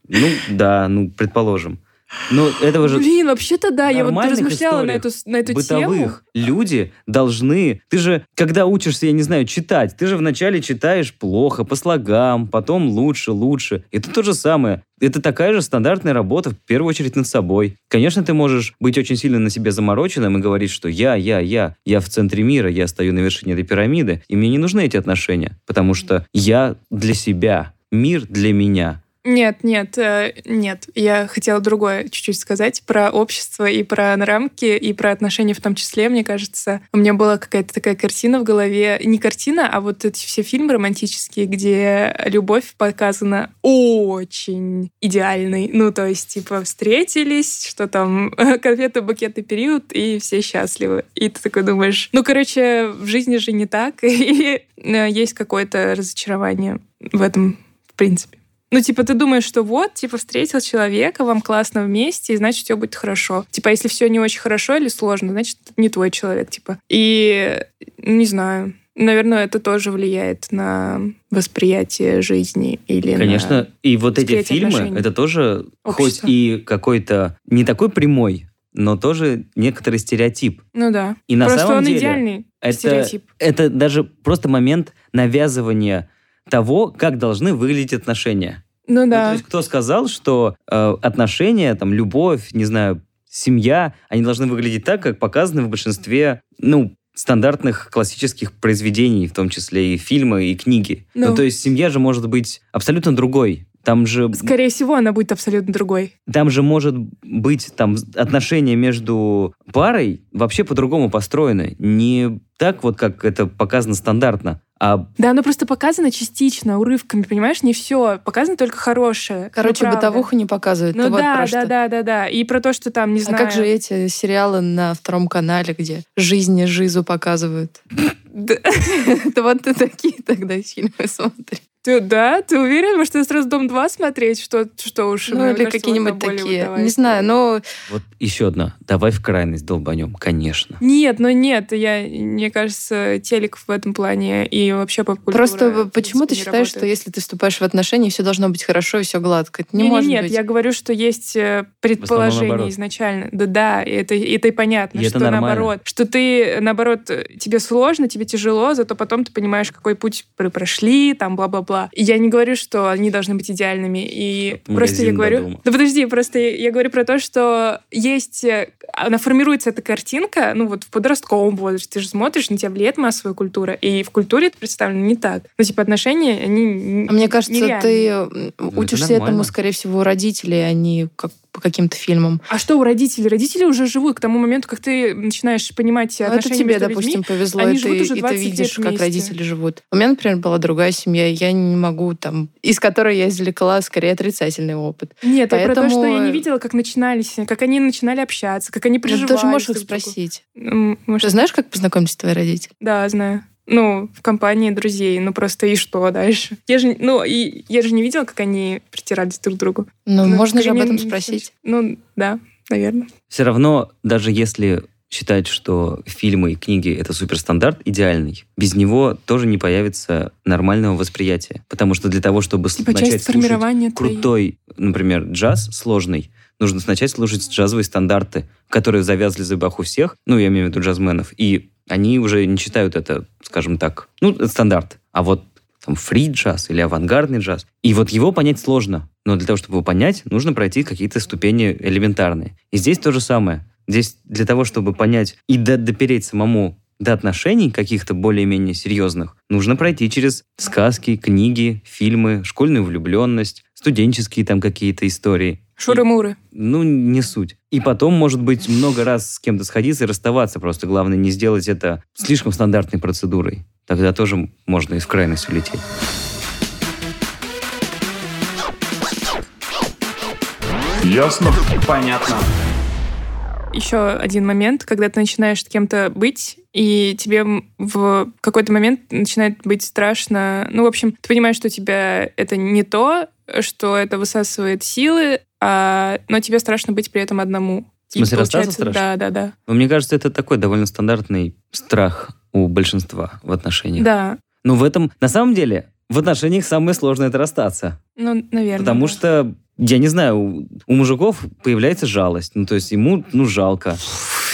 Speaker 3: ну, да, ну, предположим. Но этого же
Speaker 1: Блин, вообще-то да, я вот
Speaker 3: нормальных
Speaker 1: размышляла на
Speaker 3: историях,
Speaker 1: эту, с- на эту тему.
Speaker 3: бытовых люди должны... Ты же, когда учишься, я не знаю, читать, ты же вначале читаешь плохо, по слогам, потом лучше, лучше. И тут то же самое. Это такая же стандартная работа, в первую очередь, над собой. Конечно, ты можешь быть очень сильно на себе замороченным и говорить, что я, я, я, я в центре мира, я стою на вершине этой пирамиды, и мне не нужны эти отношения, потому что я для себя, мир для меня.
Speaker 1: Нет, нет, э, нет. Я хотела другое чуть-чуть сказать про общество и про рамки, и про отношения в том числе, мне кажется. У меня была какая-то такая картина в голове. Не картина, а вот эти все фильмы романтические, где любовь показана очень идеальной. Ну, то есть, типа, встретились, что там, конфеты, букеты, период, и все счастливы. И ты такой думаешь, ну, короче, в жизни же не так, и э, есть какое-то разочарование в этом, в принципе. Ну, типа, ты думаешь, что вот, типа, встретил человека, вам классно вместе, и значит, все будет хорошо. Типа, если все не очень хорошо или сложно, значит, это не твой человек, типа. И ну, не знаю. Наверное, это тоже влияет на восприятие жизни или на-
Speaker 3: Конечно, и вот эти
Speaker 1: восприятие
Speaker 3: фильмы,
Speaker 1: отношений.
Speaker 3: это тоже
Speaker 1: Общество.
Speaker 3: хоть и какой-то не такой прямой, но тоже некоторый стереотип.
Speaker 1: Ну да.
Speaker 3: И на
Speaker 1: Просто
Speaker 3: самом
Speaker 1: он
Speaker 3: деле
Speaker 1: идеальный
Speaker 3: это-
Speaker 1: стереотип.
Speaker 3: это даже просто момент навязывания того, как должны выглядеть отношения.
Speaker 1: Ну
Speaker 3: Ну,
Speaker 1: да.
Speaker 3: то есть кто сказал, что э, отношения, там, любовь, не знаю, семья, они должны выглядеть так, как показаны в большинстве, ну, стандартных классических произведений, в том числе и фильмы, и книги.
Speaker 1: Ну.
Speaker 3: Ну, то есть семья же может быть абсолютно другой. Там же
Speaker 1: Скорее всего, она будет абсолютно другой.
Speaker 3: там же может быть там отношения между парой вообще по-другому построены. Не так вот, как это показано стандартно, а
Speaker 1: Да, она просто показана частично, урывками, понимаешь? Не все. Показано только хорошее.
Speaker 2: Короче,
Speaker 1: Ну, правда.
Speaker 2: бытовуху не показывают.
Speaker 1: Ну
Speaker 2: Ты вот
Speaker 1: да,
Speaker 2: про
Speaker 1: да,
Speaker 2: что.
Speaker 1: да, да, да. И про то, что там, не
Speaker 2: А
Speaker 1: знаю...
Speaker 2: как же эти сериалы на втором канале, где жизни жизу показывают?
Speaker 1: Да.
Speaker 2: Это вот ты такие тогда фильмы смотришь.
Speaker 1: Ты, да, ты уверен? Может, тебе сразу «Дом-2» смотреть? Что, что уж?
Speaker 2: Ну
Speaker 1: мне
Speaker 2: или
Speaker 1: кажется,
Speaker 2: какие-нибудь
Speaker 1: вот на Болливуд
Speaker 2: такие.
Speaker 1: давай.
Speaker 2: Не знаю, ну, но
Speaker 3: вот еще одна. Давай в крайность долбанем, конечно.
Speaker 1: Нет, ну нет, я, мне кажется, телек в этом плане и вообще поп-культура...
Speaker 2: просто почему ты считаешь, что
Speaker 1: я
Speaker 2: если ты вступаешь в отношения, все должно быть хорошо и все гладко? Это не
Speaker 1: не,
Speaker 2: может
Speaker 1: нет,
Speaker 2: быть.
Speaker 1: я говорю, что есть э, предположение
Speaker 3: наоборот.
Speaker 1: изначально. Да, да, и это, и это и понятно,
Speaker 3: И это
Speaker 1: что
Speaker 3: нормально.
Speaker 1: наоборот. Что ты, наоборот, э, тебе сложно, тебе тяжело, зато потом ты понимаешь, какой путь вы прошли, там, бла-бла-бла. И я не говорю, что они должны быть идеальными. И
Speaker 3: Магазин
Speaker 1: просто я говорю...
Speaker 3: додумал.
Speaker 1: Да подожди, просто я я говорю про то, что есть... э, Она формируется, эта картинка, ну вот в подростковом возрасте. Ты же смотришь, на тебя влияет массовая культура. И в культуре это представлено не так. Ну, типа, отношения, они...
Speaker 2: А Мне кажется,
Speaker 1: нереальны.
Speaker 2: ты м,
Speaker 3: Ну, это
Speaker 2: учишься этому,
Speaker 3: нормально.
Speaker 2: скорее всего, у родителей, а не как по каким-то фильмам.
Speaker 1: А что у родителей? Родители уже живут к тому моменту, как ты начинаешь понимать
Speaker 2: Ну, это
Speaker 1: отношения
Speaker 2: тебе,
Speaker 1: между
Speaker 2: допустим,
Speaker 1: людьми.
Speaker 2: повезло,
Speaker 1: они
Speaker 2: и
Speaker 1: живут
Speaker 2: ты,
Speaker 1: уже
Speaker 2: и ты
Speaker 1: 20 лет
Speaker 2: видишь, как
Speaker 1: вместе.
Speaker 2: родители живут. У меня, например, была другая семья, и я не могу там, из которой я извлекла скорее отрицательный опыт.
Speaker 1: Нет, я про то, что я
Speaker 2: Поэтому- э,
Speaker 1: не видела, как начинались, как они начинали общаться, как они
Speaker 2: Ну, Ты
Speaker 1: проживали.
Speaker 2: тоже можешь их
Speaker 1: друг к другу.
Speaker 2: спросить.
Speaker 1: М,
Speaker 2: Ты
Speaker 1: Может,
Speaker 2: знаешь, как познакомились твои родители?
Speaker 1: да, знаю. Ну, в компании друзей, ну просто и что дальше? Я же, ну, и я же не видела, как они притирались друг к другу.
Speaker 2: Ну, можно же об
Speaker 1: скорее,
Speaker 2: этом
Speaker 1: не- не
Speaker 2: спросить.
Speaker 1: случилось. Ну, да, наверное.
Speaker 3: Все равно, даже если считать, что фильмы и книги — это суперстандарт идеальный, без него тоже не появится нормального восприятия. Потому что для того, чтобы с-
Speaker 1: Типа часть
Speaker 3: начать слушать
Speaker 1: формирования твоей.
Speaker 3: крутой, например, джаз сложный, нужно начать слушать джазовые стандарты, которые завязли за бах у всех, ну, я имею в виду джазменов, и они уже не считают это, скажем так, ну, это стандарт. А вот там фри джаз или авангардный джаз. И вот его понять сложно. Но для того, чтобы его понять, нужно пройти какие-то ступени элементарные. И здесь то же самое. Здесь для того, чтобы понять и до- допереть самому до отношений каких-то более-менее серьезных, нужно пройти через сказки, книги, фильмы, школьную влюбленность, студенческие там какие-то истории.
Speaker 1: Шуры-муры.
Speaker 3: Ну, не суть. И потом, может быть, много раз с кем-то сходиться и расставаться. Просто главное не сделать это слишком стандартной процедурой. Тогда тоже можно из крайности улететь.
Speaker 4: Ясно?
Speaker 5: Понятно.
Speaker 1: еще один момент, когда ты начинаешь с кем-то быть, и тебе м- в какой-то момент начинает быть страшно. Ну, в общем, ты понимаешь, что у тебя это не то, что это высасывает силы, а- но тебе страшно быть при этом одному.
Speaker 3: В смысле, расстаться
Speaker 1: Да, да, да.
Speaker 3: Но мне кажется, это такой довольно стандартный страх у большинства в отношениях.
Speaker 1: Да,
Speaker 3: Но в этом, на самом деле, в отношениях самое сложное это расстаться.
Speaker 1: ну, наверное.
Speaker 3: Потому
Speaker 1: да.
Speaker 3: что, я не знаю, у, у мужиков появляется жалость. Ну, то есть ему, ну, жалко.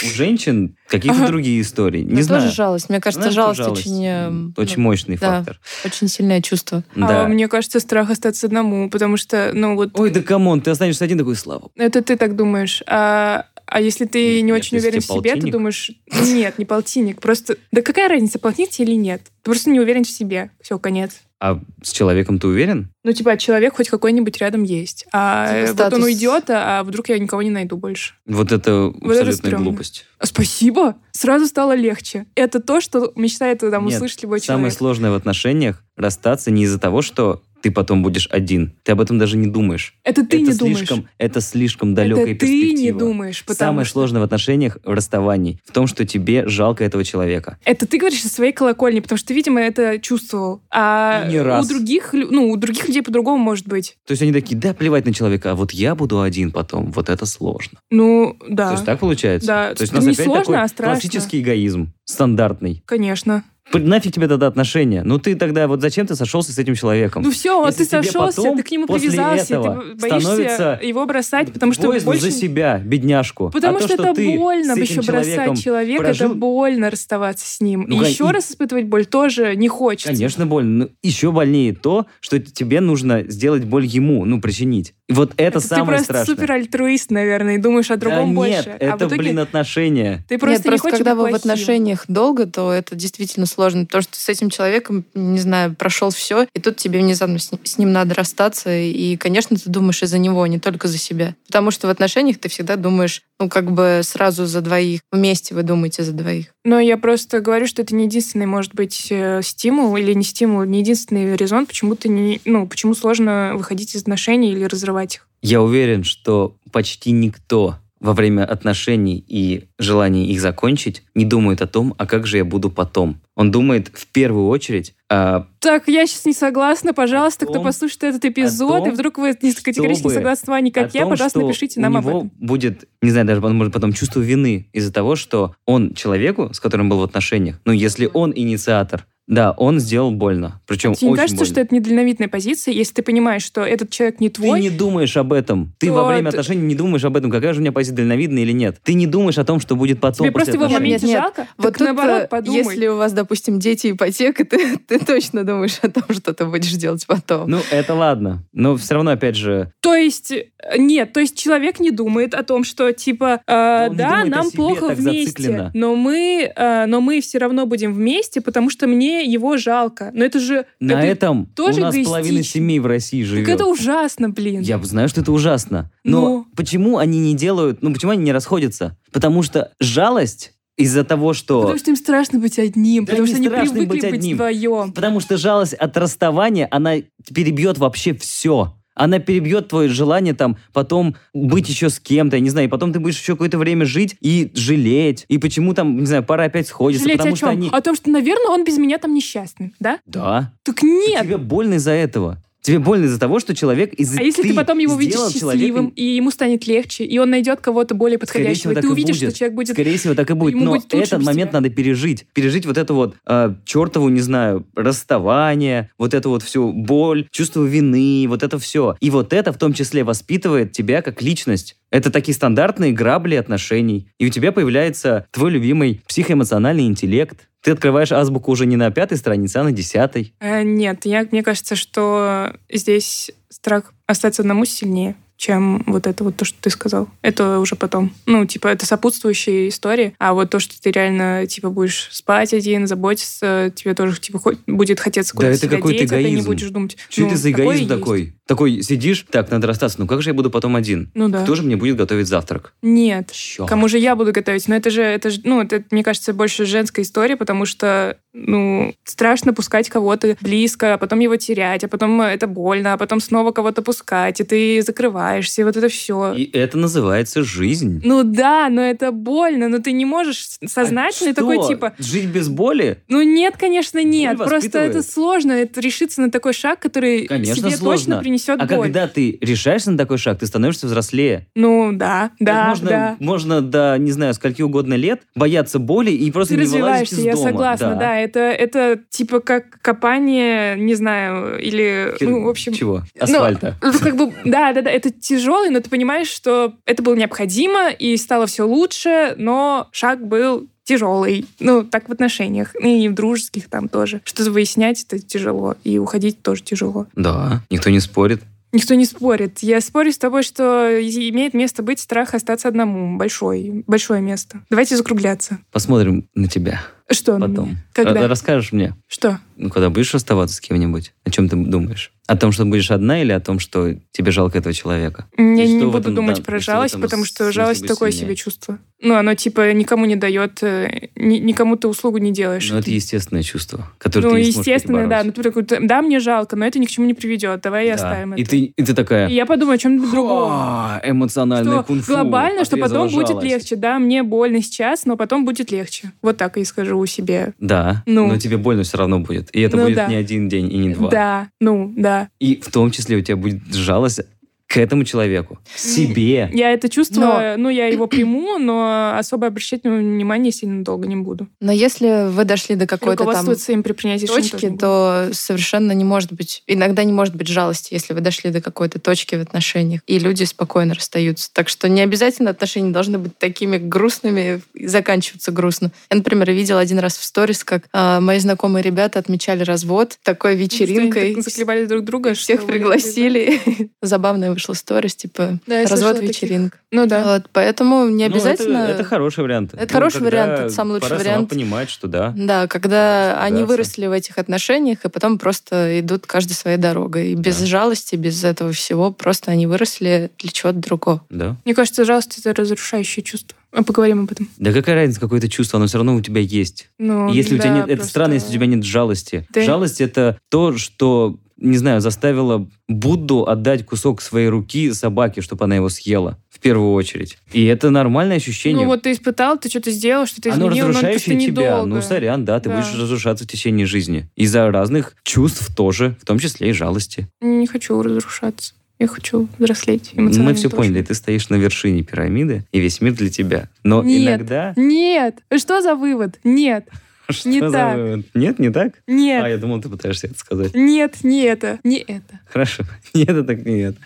Speaker 3: У женщин какие-то
Speaker 1: Ага.
Speaker 3: другие истории. Не
Speaker 2: Но
Speaker 3: знаю.
Speaker 2: тоже жалость. Мне кажется,
Speaker 3: Знаешь,
Speaker 2: жалость,
Speaker 3: жалость.
Speaker 2: очень, эм,
Speaker 3: Очень
Speaker 2: ну,
Speaker 3: мощный
Speaker 2: да.
Speaker 3: фактор.
Speaker 2: очень сильное чувство.
Speaker 3: да.
Speaker 1: А мне кажется, страх остаться одному, потому что, ну, вот
Speaker 3: Ой, да камон, ты останешься один такой, слава.
Speaker 1: Это ты так думаешь. А, а если ты
Speaker 3: Нет,
Speaker 1: не
Speaker 3: нет,
Speaker 1: очень
Speaker 3: если
Speaker 1: уверен в
Speaker 3: тебе
Speaker 1: себе, ты
Speaker 3: полтинник.
Speaker 1: думаешь, нет, не полтинник, просто... Да какая разница, полтинник тебе или нет? Ты просто не уверен в себе. Все, конец.
Speaker 3: А с человеком ты уверен?
Speaker 1: Ну, типа, человек хоть какой-нибудь рядом есть. А
Speaker 2: Типа
Speaker 1: э, вот
Speaker 2: статус.
Speaker 1: он уйдет, а а вдруг я никого не найду больше.
Speaker 3: Вот это
Speaker 1: это
Speaker 3: абсолютная
Speaker 1: стрёмно.
Speaker 3: глупость.
Speaker 1: А Спасибо! Сразу стало легче. Это то, что мечтает там
Speaker 3: Нет,
Speaker 1: услышать любой
Speaker 3: Самое
Speaker 1: человек.
Speaker 3: сложное в отношениях расстаться не из-за того, что ты потом будешь один. Ты об этом даже не думаешь.
Speaker 1: Это ты
Speaker 3: это
Speaker 1: не думаешь.
Speaker 3: слишком, Это слишком далекая
Speaker 1: Это ты
Speaker 3: перспектива.
Speaker 1: не думаешь, потому
Speaker 3: Самое
Speaker 1: что-
Speaker 3: сложное в отношениях в расставании в том, что тебе жалко этого человека.
Speaker 1: Это ты говоришь из своей колокольни, потому что ты, видимо, это чувствовал. А
Speaker 3: И не раз.
Speaker 1: у других, лю- ну, у других людей по-другому может быть.
Speaker 3: То есть они такие, да, плевать на человека, а вот я буду один потом. Вот это сложно.
Speaker 1: Ну, да.
Speaker 3: То есть так получается?
Speaker 1: Да,
Speaker 3: То есть
Speaker 1: это
Speaker 3: у нас
Speaker 1: не
Speaker 3: опять
Speaker 1: сложно,
Speaker 3: такой
Speaker 1: а страшно.
Speaker 3: классический эгоизм, стандартный.
Speaker 1: Конечно.
Speaker 3: П- Нафиг тебе тогда отношения? Ну ты тогда вот зачем ты сошелся с этим человеком?
Speaker 1: Ну все, вот
Speaker 3: Если
Speaker 1: ты
Speaker 3: тебе
Speaker 1: сошелся,
Speaker 3: потом,
Speaker 1: ты к нему
Speaker 3: после
Speaker 1: привязался, и
Speaker 3: этого
Speaker 1: ты боишься
Speaker 3: становится
Speaker 1: его бросать, потому что
Speaker 3: Боязнь
Speaker 1: больше...
Speaker 3: за себя, бедняжку.
Speaker 1: Потому
Speaker 3: А то,
Speaker 1: что, это
Speaker 3: ты
Speaker 1: больно
Speaker 3: с этим
Speaker 1: еще
Speaker 3: человеком
Speaker 1: бросать человека,
Speaker 3: прожил-
Speaker 1: это больно расставаться с ним.
Speaker 3: Ну,
Speaker 1: и
Speaker 3: га-
Speaker 1: еще
Speaker 3: и-
Speaker 1: раз испытывать боль тоже не хочется.
Speaker 3: Конечно, больно. Но еще больнее то, что т- тебе нужно сделать боль ему, ну, причинить. И вот это,
Speaker 1: ты
Speaker 3: самое
Speaker 1: просто
Speaker 3: страшное.
Speaker 1: супер альтруист, наверное, и думаешь о
Speaker 3: да
Speaker 1: другом
Speaker 3: нет,
Speaker 1: больше. а
Speaker 3: это,
Speaker 1: в итоге
Speaker 3: блин, отношения.
Speaker 1: ты просто
Speaker 2: Нет,
Speaker 1: не
Speaker 2: просто
Speaker 1: хочешь
Speaker 2: когда
Speaker 1: быть
Speaker 2: вы в
Speaker 1: плохим.
Speaker 2: отношениях долго, то это действительно сложно, потому что с этим человеком, не знаю, прошел все, и тут тебе внезапно с ним, с ним надо расстаться, и, конечно, ты думаешь и за него, а не только за себя. Потому что в отношениях ты всегда думаешь, ну, как бы сразу за двоих, вместе вы думаете за двоих.
Speaker 1: Но я просто говорю, что это не единственный, может быть, э, стимул или не стимул, не единственный резон, почему ты не, ну, почему сложно выходить из отношений или разрывать их.
Speaker 3: Я уверен, что почти никто во время отношений и желания их закончить не думает о том, а как же я буду потом. Он думает в первую очередь о
Speaker 1: Так, я сейчас не согласна, пожалуйста,
Speaker 3: О
Speaker 1: кто
Speaker 3: том-
Speaker 1: послушает этот эпизод,
Speaker 3: том,
Speaker 1: и вдруг вы не категорически
Speaker 3: чтобы-
Speaker 1: не согласны с Ваней,
Speaker 3: о
Speaker 1: как я,
Speaker 3: том,
Speaker 1: пожалуйста,
Speaker 3: что
Speaker 1: напишите нам
Speaker 3: у
Speaker 1: об
Speaker 3: него
Speaker 1: этом.
Speaker 3: будет, не знаю, даже, может, потом чувство вины из-за того, что он человеку, с которым был в отношениях, ну, если он инициатор, да, он сделал больно. Причем
Speaker 1: Тебе не
Speaker 3: очень
Speaker 1: кажется,
Speaker 3: больно.
Speaker 1: что это недальновидная позиция, если ты понимаешь, что этот человек не
Speaker 3: Ты
Speaker 1: твой?
Speaker 3: не думаешь об этом. Ты во
Speaker 1: Вот.
Speaker 3: время отношений не думаешь об этом, какая же у меня позиция дальновидная или нет. Ты не думаешь о том, что будет потом
Speaker 1: Тебе просто
Speaker 3: после
Speaker 1: его в
Speaker 3: отношений.
Speaker 1: моменте
Speaker 2: Нет, нет.
Speaker 1: жалко? так наоборот,
Speaker 2: э,
Speaker 1: подумай.
Speaker 2: если у вас, допустим, дети, ипотека, ты, ты точно думаешь о том, что ты будешь делать потом.
Speaker 3: Ну, это ладно. Но все равно, опять же,
Speaker 1: То есть, э, нет, то есть человек не думает о том, что типа, э,
Speaker 3: он не
Speaker 1: да,
Speaker 3: думает о
Speaker 1: нам
Speaker 3: себе,
Speaker 1: плохо
Speaker 3: так
Speaker 1: вместе,
Speaker 3: зациклено.
Speaker 1: но мы, э, но мы все равно будем вместе, потому что мне его жалко. Но это же...
Speaker 3: на
Speaker 1: это-
Speaker 3: этом
Speaker 1: тоже
Speaker 3: у нас половина
Speaker 1: эгоистично.
Speaker 3: семей в России
Speaker 1: так
Speaker 3: живет.
Speaker 1: это ужасно, блин.
Speaker 3: Я знаю, что это ужасно. Но
Speaker 1: Ну.
Speaker 3: почему они не делают, ну почему они не расходятся? Потому что жалость из-за того, что...
Speaker 1: Потому что им страшно быть одним,
Speaker 3: Типа,
Speaker 1: потому
Speaker 3: Да не
Speaker 1: что они
Speaker 3: страшно им
Speaker 1: привыкли
Speaker 3: быть
Speaker 1: быть,
Speaker 3: одним.
Speaker 1: вдвоем.
Speaker 3: Потому что жалость от расставания, она перебьет вообще все. Она перебьет твое желание там потом быть еще с кем-то, я не знаю, и потом ты будешь еще какое-то время жить и жалеть, и почему там, не знаю, пара опять сходится,
Speaker 1: Жалеть о А
Speaker 3: потому
Speaker 1: чем?
Speaker 3: что они...
Speaker 1: О том, что, наверное, он без меня там несчастный, да?
Speaker 3: Да.
Speaker 1: Так нет!
Speaker 3: Тебе больно из-за этого. Тебе больно из-за того, что человек из-за
Speaker 1: А если ты потом его увидишь
Speaker 3: сделал
Speaker 1: счастливым,
Speaker 3: человека-
Speaker 1: и ему станет легче, и он найдет кого-то более
Speaker 3: Скорее
Speaker 1: подходящего,
Speaker 3: всего,
Speaker 1: и
Speaker 3: так
Speaker 1: ты
Speaker 3: и
Speaker 1: увидишь,
Speaker 3: будет.
Speaker 1: что человек будет...
Speaker 3: Скорее всего, так и будет.
Speaker 1: ему
Speaker 3: Но
Speaker 1: будет лучше
Speaker 3: этот
Speaker 1: без
Speaker 3: момент
Speaker 1: тебя.
Speaker 3: надо пережить. Пережить вот это вот э, чертову, не знаю, расставание, вот это вот всю боль, чувство вины, вот это все. И вот это в том числе воспитывает тебя как личность. Это такие стандартные грабли отношений. И у тебя появляется твой любимый психоэмоциональный интеллект. Ты открываешь азбуку уже не на пятой странице, а на десятой.
Speaker 1: Э, Нет, я, мне кажется, что здесь страх остаться одному сильнее чем вот это вот то, что ты сказал. Это уже потом. Ну, типа, это сопутствующие истории. А вот то, что ты реально, типа, будешь спать один, заботиться, тебе тоже, типа, хо- будет хотеться
Speaker 3: Да,
Speaker 1: куда-то
Speaker 3: это
Speaker 1: себя
Speaker 3: какой-то
Speaker 1: деть, а ты не
Speaker 3: эгоизм.
Speaker 1: будешь думать.
Speaker 3: Что
Speaker 1: ну,
Speaker 3: это за
Speaker 1: такое
Speaker 3: эгоизм
Speaker 1: есть.
Speaker 3: такой? Такой сидишь, так, надо расстаться, ну как же я буду потом один?
Speaker 1: Ну да.
Speaker 3: Кто же мне будет готовить завтрак?
Speaker 1: Нет.
Speaker 3: Черт.
Speaker 1: Кому же я буду готовить? Но это же, это же, ну, это, мне кажется, больше женская история, потому что, ну, страшно пускать кого-то близко, а потом его терять, а потом это больно, а потом снова кого-то пускать, и ты закрываешься, и вот это все.
Speaker 3: И это называется жизнь.
Speaker 1: Ну да, но это больно, но ты не можешь с- сознательно
Speaker 3: А
Speaker 1: такой
Speaker 3: что?
Speaker 1: типа...
Speaker 3: Жить без боли?
Speaker 1: Ну нет, конечно, нет. Просто
Speaker 3: воспитывает.
Speaker 1: это сложно, это решиться на такой шаг, который
Speaker 3: Конечно,
Speaker 1: себе
Speaker 3: сложно.
Speaker 1: точно принесет
Speaker 3: А
Speaker 1: боль.
Speaker 3: когда ты решаешься на такой шаг, ты становишься взрослее.
Speaker 1: Ну да, да,
Speaker 3: можно,
Speaker 1: да.
Speaker 3: можно до, не знаю, скольки угодно лет бояться боли и просто
Speaker 1: Ты
Speaker 3: не вылазить из
Speaker 1: развиваешься,
Speaker 3: дома.
Speaker 1: я согласна, да. Это, это типа как копание, не знаю, или,
Speaker 3: Хер-
Speaker 1: ну, в общем...
Speaker 3: Чего?
Speaker 1: ну,
Speaker 3: Асфальта.
Speaker 1: Ну, как бы, да, да, да, это тяжелый, но ты понимаешь, что это было необходимо, и стало все лучше, но шаг был тяжелый. Ну, так в отношениях, и в дружеских там тоже. Что-то выяснять это тяжело, и уходить тоже тяжело.
Speaker 3: Да, никто не спорит.
Speaker 1: Никто не спорит. Я спорю с тобой, что и- имеет место быть страх остаться одному. Большой, большое место. Давайте закругляться.
Speaker 3: Посмотрим на тебя
Speaker 1: Что? на
Speaker 3: потом. Э,
Speaker 1: меня? Когда?
Speaker 3: Р- Расскажешь мне,
Speaker 1: Что?
Speaker 3: ну, когда будешь оставаться с кем-нибудь, о чем ты думаешь? О том, что будешь одна или о том, что тебе жалко этого человека?
Speaker 1: Я
Speaker 3: И
Speaker 1: не
Speaker 3: что в
Speaker 1: буду
Speaker 3: этом,
Speaker 1: думать
Speaker 3: да,
Speaker 1: про
Speaker 3: и что в
Speaker 1: жалость,
Speaker 3: этом
Speaker 1: потому что
Speaker 3: смысле
Speaker 1: жалость
Speaker 3: быть
Speaker 1: такое
Speaker 3: сильнее?
Speaker 1: себе чувство. Ну, оно типа никому не дает, э, ни- никому ты услугу не делаешь.
Speaker 3: Ну, это естественное чувство, которое
Speaker 1: Ну,
Speaker 3: ты не сможешь
Speaker 1: естественно, да.
Speaker 3: перебороть.
Speaker 1: Ну, ты такой, «Да, да, мне жалко, но это ни к чему не приведет. Давай и
Speaker 3: Да.
Speaker 1: оставим
Speaker 3: И
Speaker 1: это.
Speaker 3: ты, и ты такая...
Speaker 1: И я подумаю о чем-нибудь другом.
Speaker 3: А, Эмоциональное
Speaker 1: Что
Speaker 3: кунг-фу. А
Speaker 1: глобально, что
Speaker 3: Отрезала
Speaker 1: потом будет
Speaker 3: жалость.
Speaker 1: легче. Да, мне больно сейчас, но потом будет легче. Вот так и скажу себе.
Speaker 3: Да,
Speaker 1: Ну.
Speaker 3: но тебе больно все равно будет. И это
Speaker 1: Ну
Speaker 3: будет
Speaker 1: да.
Speaker 3: не один день и не два.
Speaker 1: Да, ну, да.
Speaker 3: И в том числе у тебя будет жалость к этому человеку, к себе.
Speaker 1: Я это чувство, ну, я его приму, но особо обращать на него внимание сильно долго не буду.
Speaker 2: Но если вы дошли до какой-то там
Speaker 1: Руководствоваться им при принятии решений тоже не
Speaker 2: точки,
Speaker 1: буду.
Speaker 2: то совершенно не может быть, иногда не может быть жалости, если вы дошли до какой-то точки в отношениях, и люди спокойно расстаются. Так что не обязательно отношения должны быть такими грустными и заканчиваться грустно. Я, например, видела один раз в сторис, как а, мои знакомые ребята отмечали развод такой
Speaker 1: Что они
Speaker 2: вечеринкой.
Speaker 1: так заклевали друг друга, что
Speaker 2: Всех
Speaker 1: вы-
Speaker 2: пригласили. Забавная вышла сторис, типа
Speaker 1: Да, я слышала
Speaker 2: развод
Speaker 1: таких.
Speaker 2: вечеринка.
Speaker 1: Ну да.
Speaker 2: Вот, поэтому не
Speaker 3: Ну, это-
Speaker 2: обязательно.
Speaker 3: это, хороший вариант.
Speaker 2: Это хороший
Speaker 3: когда
Speaker 2: вариант, это самый лучший
Speaker 3: пора сама
Speaker 2: вариант.
Speaker 3: понимать, что да.
Speaker 2: Да, когда
Speaker 3: Разбираться.
Speaker 2: они выросли в этих отношениях, и потом просто идут каждой своей дорогой. И без
Speaker 3: Да.
Speaker 2: жалости, без этого всего, просто они выросли для чего-то другого.
Speaker 3: Да.
Speaker 1: Мне кажется, жалость это разрушающее чувство. А Поговорим об этом.
Speaker 3: Да какая разница, какое-то чувство, оно все равно у тебя есть.
Speaker 1: Ну,
Speaker 3: если у тебя
Speaker 1: да,
Speaker 3: нет, это
Speaker 1: просто-
Speaker 3: странно, если у тебя нет жалости.
Speaker 1: Да.
Speaker 3: Жалость это то, что, не знаю, заставило Будду отдать кусок своей руки собаке, чтобы она его съела в первую очередь. И это нормальное ощущение.
Speaker 1: Ну вот ты испытал, ты что-то сделал, что-то
Speaker 3: Оно
Speaker 1: изменил, но это
Speaker 3: разрушающее тебя.
Speaker 1: недолго.
Speaker 3: Ну, сорян, да, ты
Speaker 1: Да.
Speaker 3: будешь разрушаться в течение жизни. Из-за разных чувств тоже, в том числе и жалости.
Speaker 1: Не хочу разрушаться. Я хочу взрослеть эмоционально.
Speaker 3: Мы все
Speaker 1: тоже.
Speaker 3: поняли, ты стоишь на вершине пирамиды, и весь мир для тебя. Но
Speaker 1: Нет.
Speaker 3: иногда...
Speaker 1: Нет! Что за вывод? Нет!
Speaker 3: Что
Speaker 1: Не
Speaker 3: за
Speaker 1: так.
Speaker 3: вывод? Нет, не так? А,
Speaker 1: Нет!
Speaker 3: я думал, ты пытаешься это сказать.
Speaker 1: Нет, не это, не это.
Speaker 3: Хорошо. Нет, это так нет.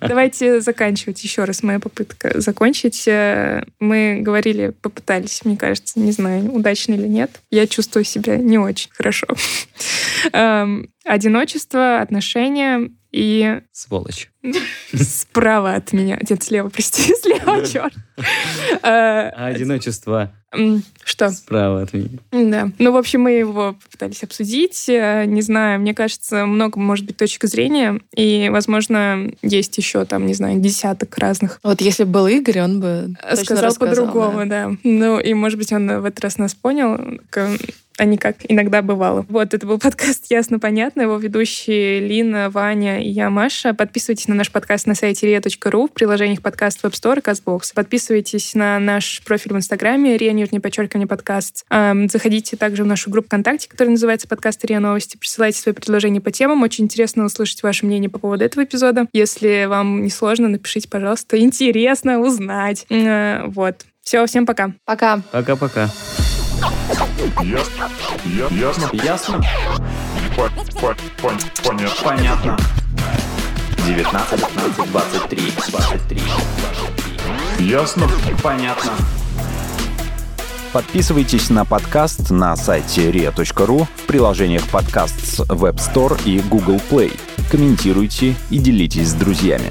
Speaker 1: Давайте заканчивать еще раз моя попытка закончить. Э, Мы говорили, попытались, мне кажется, не знаю, удачно или нет. Я чувствую себя не очень хорошо. Эм, Одиночество, отношения и
Speaker 3: Сволочь.
Speaker 1: справа от меня. Нет, слева, прости, слева, черт. Э,
Speaker 3: А одиночество
Speaker 1: м, Что?
Speaker 3: справа от меня.
Speaker 1: Да. Ну, в общем, мы его попытались обсудить. Э, Не знаю, мне кажется, много может быть точек зрения. И, возможно, есть еще там, не знаю, десяток разных.
Speaker 2: Вот если бы был Игорь, он бы точно
Speaker 1: сказал
Speaker 2: рассказал,
Speaker 1: по-другому,
Speaker 2: да.
Speaker 1: да. Ну, и, может быть, он в этот раз нас понял, к- а не как иногда бывало. Вот, это был подкаст «Ясно-понятно». Его ведущие Лина, Ваня и я, Маша. Подписывайтесь на наш подкаст на сайте ria.ru, в приложениях подкаст Web Store, CastBox. Подписывайтесь на наш профиль в Инстаграме, ria, нижнее подчеркивание, подкаст. Заходите также в нашу группу ВКонтакте, которая называется «Подкаст РИА Новости». Присылайте свои предложения по темам. Очень интересно услышать ваше мнение по поводу этого эпизода. Если вам не сложно, напишите, пожалуйста. Интересно узнать. э, Вот. Все, всем пока.
Speaker 2: Пока.
Speaker 3: Пока-пока.
Speaker 4: Ясно. Я- Ясно.
Speaker 5: Ясно?
Speaker 4: По- по- пон- Понятно.
Speaker 5: Понятно. 19, 19, 23, 23, 23.
Speaker 4: Ясно.
Speaker 5: Понятно.
Speaker 7: Подписывайтесь на подкаст на сайте ria.ru, в приложениях подкаст с Web Store и Google Play. Комментируйте и делитесь с друзьями.